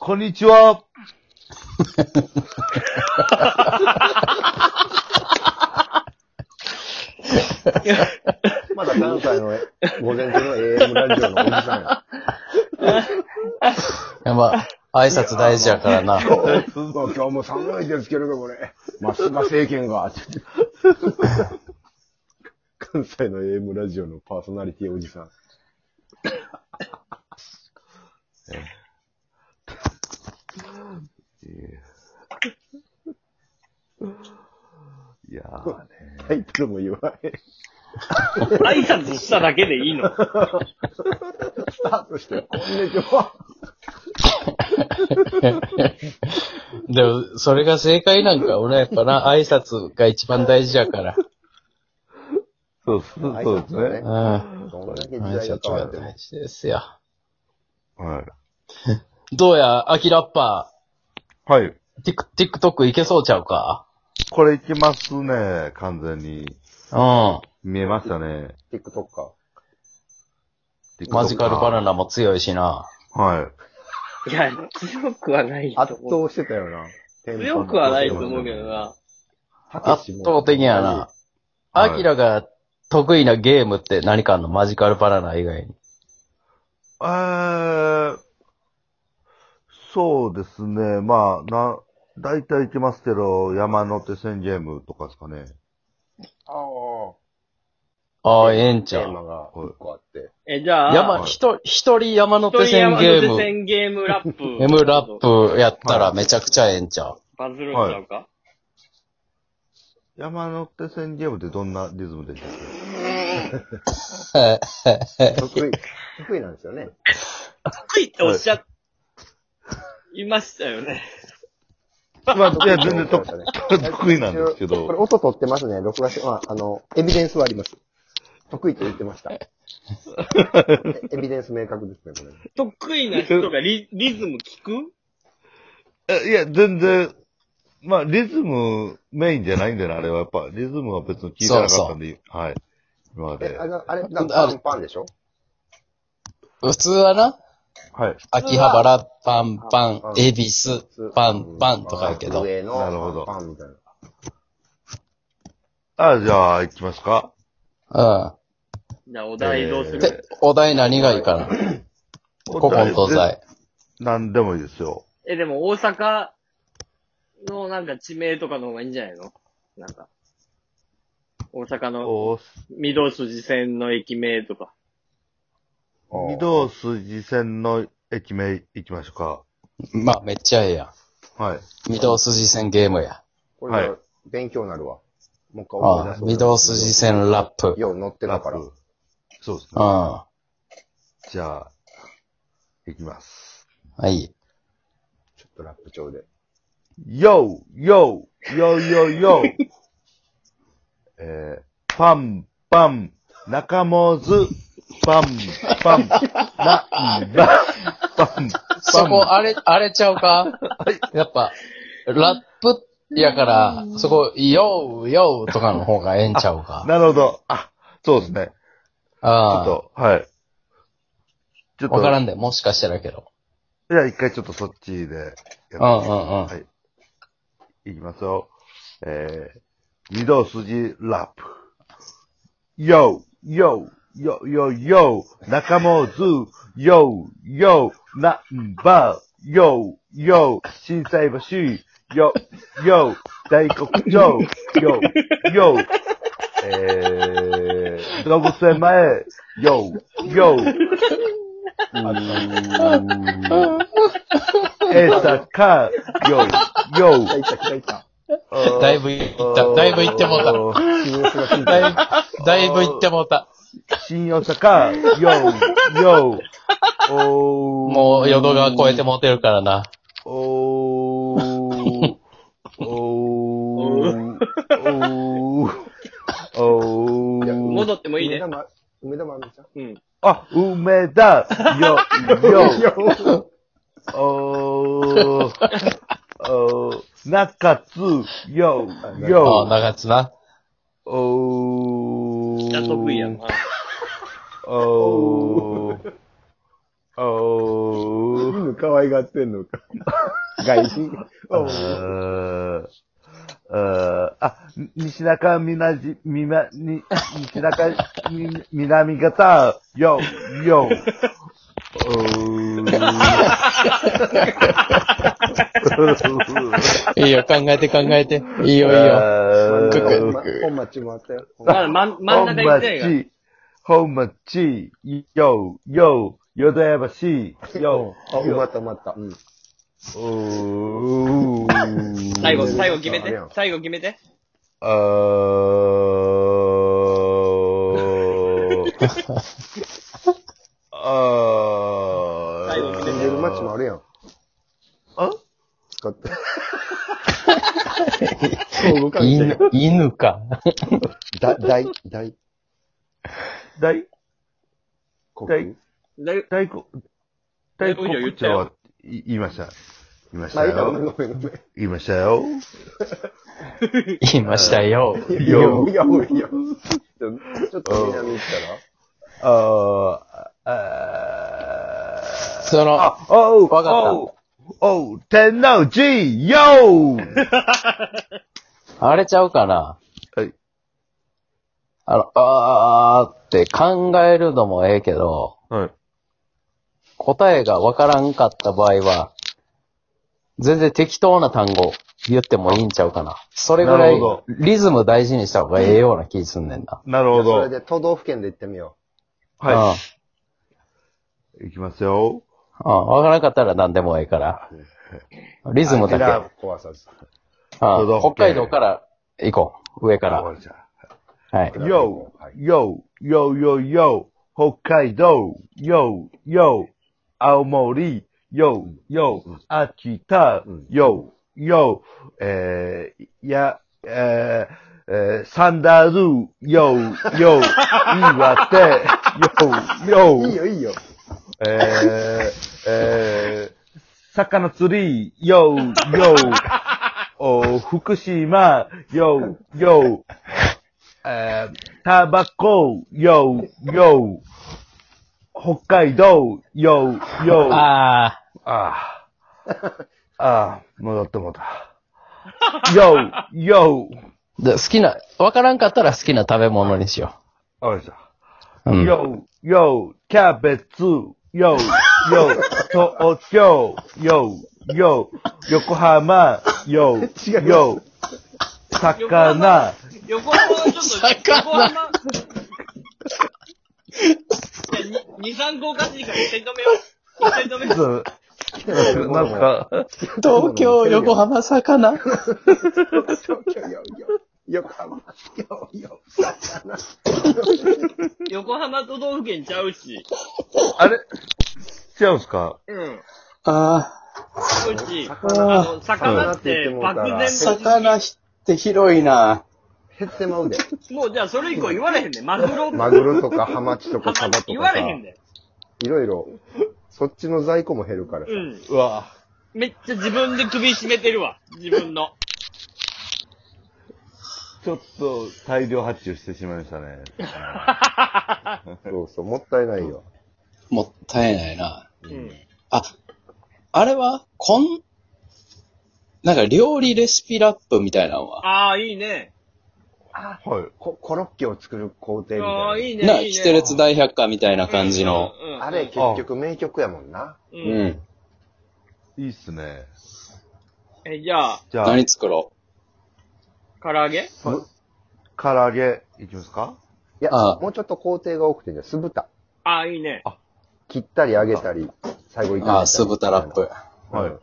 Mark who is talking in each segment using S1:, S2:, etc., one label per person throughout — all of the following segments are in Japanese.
S1: こんにちは。
S2: まだ関西の午前中の AM ラジオのおじさんや。
S3: やば、挨拶大事やからな。
S2: そう今日も寒いですけれどもね、まあ、菅政権が、って言って関西の AM ラジオのパーソナリティおじさん。
S1: いやーね。
S2: タイトルも言わへん。
S4: 挨拶しただけでいいの。
S2: スタートして、こんにちは。
S3: でも、それが正解なんか、俺やっぱな、 挨拶が一番大事やから。
S1: そうそうそうです
S2: 挨拶
S1: ね。
S3: う
S2: ね
S3: ん。
S2: どんだけ時
S3: 挨
S2: 代が
S3: 拶
S2: 変わ
S3: が
S2: っても
S3: 大。事ですよ。
S1: はい。
S3: どうや、アキラッパ
S1: はい。
S3: ー、ティク、ティックトックいけそうちゃうか
S1: これいきますね。完全に。
S3: う
S1: 見えましたね。
S2: TikTok か。
S3: ん。マジカルバナナも強いしな。
S1: ナ。はい
S4: や、強くはない
S2: 圧
S4: と思う。
S2: 倒してたよな。
S4: 強くはないと思うけどな。
S3: 圧倒的やな。。アキラが得意なゲームって何かあんのマジカルバナナ以外に。
S1: い。えー、そうですね。まあ、な、大体いきますけど、山手線ゲームとかですかね。
S2: ああ。
S3: ああ、ええんち
S2: テ
S3: ゃ
S2: ーマ
S3: う。
S2: が一個あって。
S4: え、じゃあ、
S3: 山、
S1: はい
S3: ひと、一人山
S4: 一
S3: 手
S4: 人
S3: 線
S4: 山
S3: ゲ
S4: 手
S3: ーム、
S4: 線ゲームラッ プ。
S3: M ラップやったらめちゃくちゃええんちゃう。
S4: バズるんちゃうか、
S1: 山手線ゲームってどんなリズムでしたっ
S2: 得意、得意なんですよね。
S4: 得意っておっしゃ、いましたよね。
S1: けまあ、いや、全然得
S2: ね。
S1: 得意なんですけ
S2: これ
S1: ど。
S2: 音取ってますね。録画して、まあ、あの、エビデンスはあります。得意と言ってました。えエビデンス明確ですね、これ。
S4: 得意な人がリリズム聞く
S1: えいや、全然、まあ、リズムメインじゃないんだよな、あれは。やっぱ、リズムは別に聞いてなかったんで、はい。今ま
S2: え
S1: で。、
S2: あ
S1: はい。
S2: れ、あれ、なんか
S3: あ
S2: パンパンでしょ
S3: 普通はな、秋葉原、パンパン
S2: パン、
S3: 恵比寿、パンパンとかやけど。
S2: 上の、
S1: なるほど
S2: パンみたいな。
S1: あ、じゃあ、行きますか。
S3: うん。
S4: じゃあ、お題どうする、
S1: えー
S3: で、お題何がいいかな古今東西。
S1: 何でもいいですよ。
S4: え、でも大阪のなんか地名とかの方がいいんじゃないのなんか。大阪の
S1: お
S4: 御堂筋線の駅名とか。
S1: 御堂筋線の駅名行きましょうか。
S3: まあ、めっちゃええや
S1: はい。
S3: ん。御堂筋線ゲームや。
S2: こ
S1: は
S2: れが勉強になるわ。もう一回思い
S3: あ
S2: 出
S3: あ、
S2: す
S3: 御堂筋線ラップ。うん。
S2: よう乗ってたから
S1: ラッ。プそうですね。
S3: は
S1: じゃあ、行きます。
S3: い。
S2: ちょっとラップ調で。
S1: よ o よ o よ o よ o えー、パンパン、中もず、パンパン、なんだ、パン
S3: そこ、あれ、あれちゃうか やっぱ、ラップやから、そこ、ヨーヨーとかの方がええんちゃうか。
S1: なるほど。あ、そうですね。ちょっ
S3: あ
S1: と、はい。ちょっ
S3: あ。
S1: と、
S3: わからんで、もしかしたらけど。
S1: いや、一回ちょっとそっちでやって。
S3: うんうんうん
S1: はい。いきますよ。えー、御堂筋ラップ。よ o よ o よ o よ o よ o 中もず、よ o よ o ナンバー、よ o よ o 震災橋、よ o よ o 大黒町、よ o よ o えー、動物園前、よ o よ o えさか、よ o よ o
S2: いた、いた、いた。
S3: だいぶいった、だいぶいってもうた。
S1: た。
S3: だいぶ、だいぶいってもうた。
S1: 新大阪、よう、よう、おー
S3: もう、淀川越えてもうてるからな。
S1: お ー、おー、おー、おー、
S4: 戻ってもいいね。
S2: 梅田ま、梅田まみちゃん。
S4: うん。
S1: あ、梅田、よ、よ、
S2: よ
S1: おー、おー、中津、よ、
S3: ああ、
S1: よ、
S3: 長津な。
S1: おー、
S4: じゃあ得意やな。
S1: Oh. おー、おー、
S2: 可愛がってんのか。外人。
S1: うーんあ、に西中みなじ、みな、に、西中み、南方、よ、よ。うーん
S3: いいよ、考えて考えて。いいよ、いいよ。
S1: う
S3: ク
S1: ーん
S3: ク
S2: 本町もあったよ。
S4: まだ真ん真ん中行 きたいが。
S1: 本町、本町、よ、よ、よだやばし、よ、
S2: あ、埋まった埋まった。うん。
S1: うーん
S4: 最後、最後決め
S2: あれ
S4: て
S2: やん。
S4: 最後決めて。
S1: あー。あ
S4: 最後決
S2: セン
S4: め
S2: デ
S4: て
S2: ルマッチもあるやん。
S1: あ
S2: 使って。そう動かん
S3: 犬、犬か。
S2: だ、大、大、
S1: 大、
S2: 国。
S4: だい
S1: 大黒、大黒
S4: 言っ
S1: ち
S4: た
S1: ゃ
S4: よ
S1: は言いました。言いまし
S2: まあ
S1: た
S2: いいか、ごめん
S1: よ。
S2: ごめんごめん。
S1: 言いましたよ。
S3: 言いましたよ。
S2: いや、いや、いや。ちょっと南行っ
S1: あー、あー。
S3: その
S1: あ、おう、
S3: わかった
S1: おう、おう、天皇寺、よー
S3: あれちゃうかな
S1: はい。
S3: あの、あーって考えるのもええけど、
S1: はい。
S3: 答えがわからんかった場合は、全然適当な単語言ってもいいんちゃうかな。それぐ
S1: な
S3: ら
S1: るほ
S3: い
S1: ど、
S3: リズム大事にした方がええような気すんねんな。。
S1: なるほ
S2: たらそれ
S1: ど。
S2: で都道府県で行ってみよ
S1: はいい。いきますよ。
S3: うん。わからんかったら何でもええから。リズムだけ。
S1: あ
S2: う。壊さず。
S3: う
S1: 都道
S3: ん北
S1: 府県
S3: 海道から行こう。上から。
S1: じゃあ
S3: はい。
S1: よ、よ、よ、よ、よ、北海道、よ、よ、青森、よ、よ、秋田、よ、よ、えー、や、えー、えー、サンダル、よ、よ、岩手、よ、
S2: いい
S1: よ、
S2: よ、いいよ。
S1: えー、えー、魚釣り、よ、よ、 お福島、よ、よ、えー、タバコ、よ、よ、北海道、よ、よ、あ
S3: あ
S1: あー、あー、戻ってもうた。よ、よ、
S3: ーで好きな、わからんかったら好きな食べ物にしよ
S1: あれした。
S3: う。うん。
S1: よ、よ、キャベツ、よ、よ、東京、よ、よ、横浜、 よ、よ、魚、
S4: 横浜はちょっと、横浜。いや、に、2、3個おかしいから一回止めよう。一回止めよう。
S1: なん か、
S3: 東京、横浜、魚。
S2: 東京、よ、よ、横浜、よ、よ、魚。
S4: 横浜都道府県ちゃうし。
S1: あれ違うんすか
S4: うん。
S3: あ
S4: ちゃうし。あ
S2: 魚、
S4: の、魚って漠然
S3: あ、
S4: と。
S3: 魚って広いな。
S2: 減ってまうで。
S4: もうじゃあそれ以降言われへんね。マグロ、
S2: マグロとかハマチとかサバと
S4: 言
S2: か
S4: わ
S2: さ
S4: れ、へんね。
S2: いろいろ、そっちの在庫も減るからさ
S4: う。ん。
S1: うわ
S4: めっちゃ自分で首絞めてるわ。自 分の。
S1: ちょっと大量発注してしまいました ね。
S2: そうそう、もったいないよ。
S3: もったいないな。
S4: うん。
S3: あ、あれはこん、なんか料理レシピラップみたいなのは。
S4: ああ、いいね。
S1: はい。
S2: こコロッケを作る工程み
S4: ああ、
S2: たい
S4: いいね。
S3: な、
S4: いいね
S3: キテレツ大百科みたいな感じの。。
S4: うんうん
S2: な。あれ結局名曲やもんな。
S4: う。
S3: うんん。
S1: いいっすね。
S4: え、じゃあ、
S1: じゃあ、
S3: 何作ろ
S4: 唐揚げ
S1: はい唐揚げ、いきますか
S2: いや
S3: ああ、
S2: もうちょっと工程が多くてね、酢豚。
S4: ああ、いいね。
S2: 切ったり揚げたり、最
S3: う
S2: 後炒めたり。
S3: あ、酢豚ラップ。
S2: うん。
S1: はい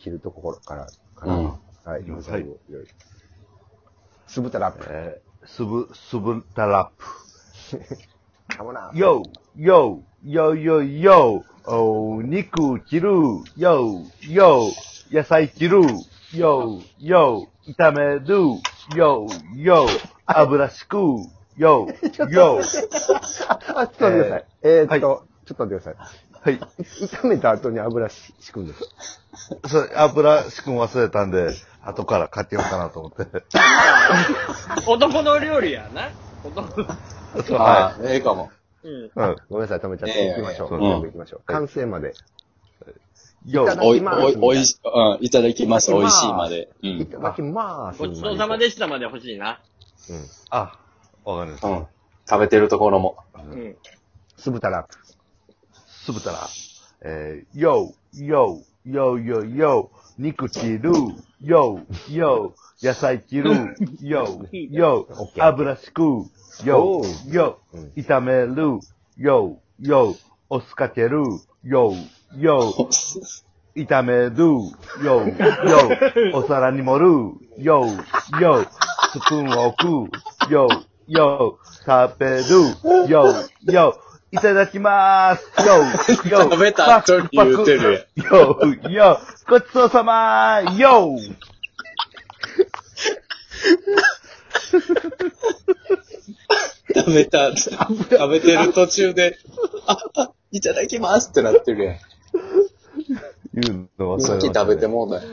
S2: 切るところから、か
S3: う
S2: ら。
S3: ん。
S2: はい、
S1: はい
S2: 最後用意酢豚ラップ。
S1: えー、すぶ、すぶたラップ。
S2: かもな。
S1: よ、よ、よ、よ、よ、お肉切る、よ、よ、野菜切る、よ、よ、炒める、よ、よ、油敷く、よ、よ、
S2: あ、あ、ちょっと待ってください。えー
S1: は
S2: っ
S1: い
S2: と、ちょっと待ってくださ
S1: はい。
S2: い。い炒めた後に油し敷くんです。
S1: それ、油敷くん忘れたんで、後から買ってようかなと思って。
S4: 男の料理やな。男の。
S1: は
S3: あ、ええかも。
S4: うん。
S1: い。うん。
S2: ごめんなさい、止めちゃっ
S3: ええ
S2: て。行きましょう。
S1: ええ
S2: 全部行きましょう。完成まで。
S1: よう
S2: いただ
S3: おい、
S2: きます
S3: おい、おいし、うん、いただきます、
S2: いた
S3: 美
S2: だきま
S3: 味
S2: す
S3: しいまで。うん。
S2: いただきまーす。
S4: ごちそうさまでしたまで欲しいな。
S2: うん。
S1: あ、わかりまし
S3: う
S1: た。
S3: ん。食べてるところも。
S4: うん。
S2: 酢豚ラップ。
S1: 酢豚ら、えー、よう、よう、よう、よう、よう、肉切る、よう、よう、野菜切る、よう、よう、油敷く、よ
S2: おう
S1: う、よう
S2: うん、
S1: 炒める、よう、よう、お酢かける、よう、よう、炒める、よう、よ う、お皿に盛る、よう、よう、スプーンを置く、よう、よう、食べる、よう、よう、いただきまーす、よう、よう、
S3: 食べた後に言うてる
S1: パクパクよう、よう、ごちそうさまー、よう、
S3: 食べた、食べてる途中で、あ、あいただきますってなってるやん。
S2: 言うの
S3: さっき食べてもうだよ。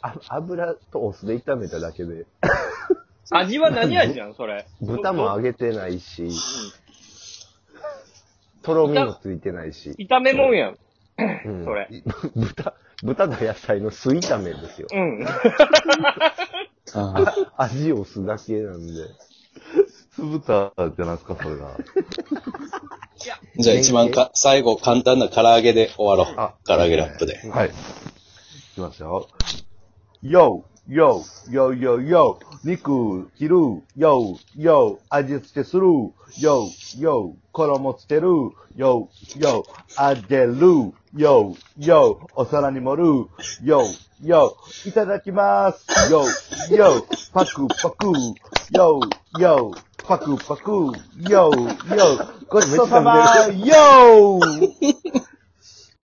S2: あ油とお酢で炒めただけで、
S4: 味は何味なのそれ。
S2: 豚も揚げてないし、とろみもついてないし、
S4: 炒めもんやん、
S2: うん
S4: それ。
S2: 豚、豚の野菜の酢炒めですよ。
S4: うん。
S3: あ
S2: 味を酢だけなんで。
S1: 酢豚じゃないですか、それが。
S3: じゃあ一番か、最後簡単な唐揚げで終わろ
S1: あ
S3: う。唐揚げラップで。
S1: はい。いきますよ。よ、よ、よ、よ、よ、肉切る、よ、よ、味付けする、よ、よ、衣つける、よ、よ、揚げる、よ、よ、お皿に盛る、よ、よ、いただきます、よ、よ、パクパク、よ、よ、パクパク、よ、よ、ごちそうさま、よ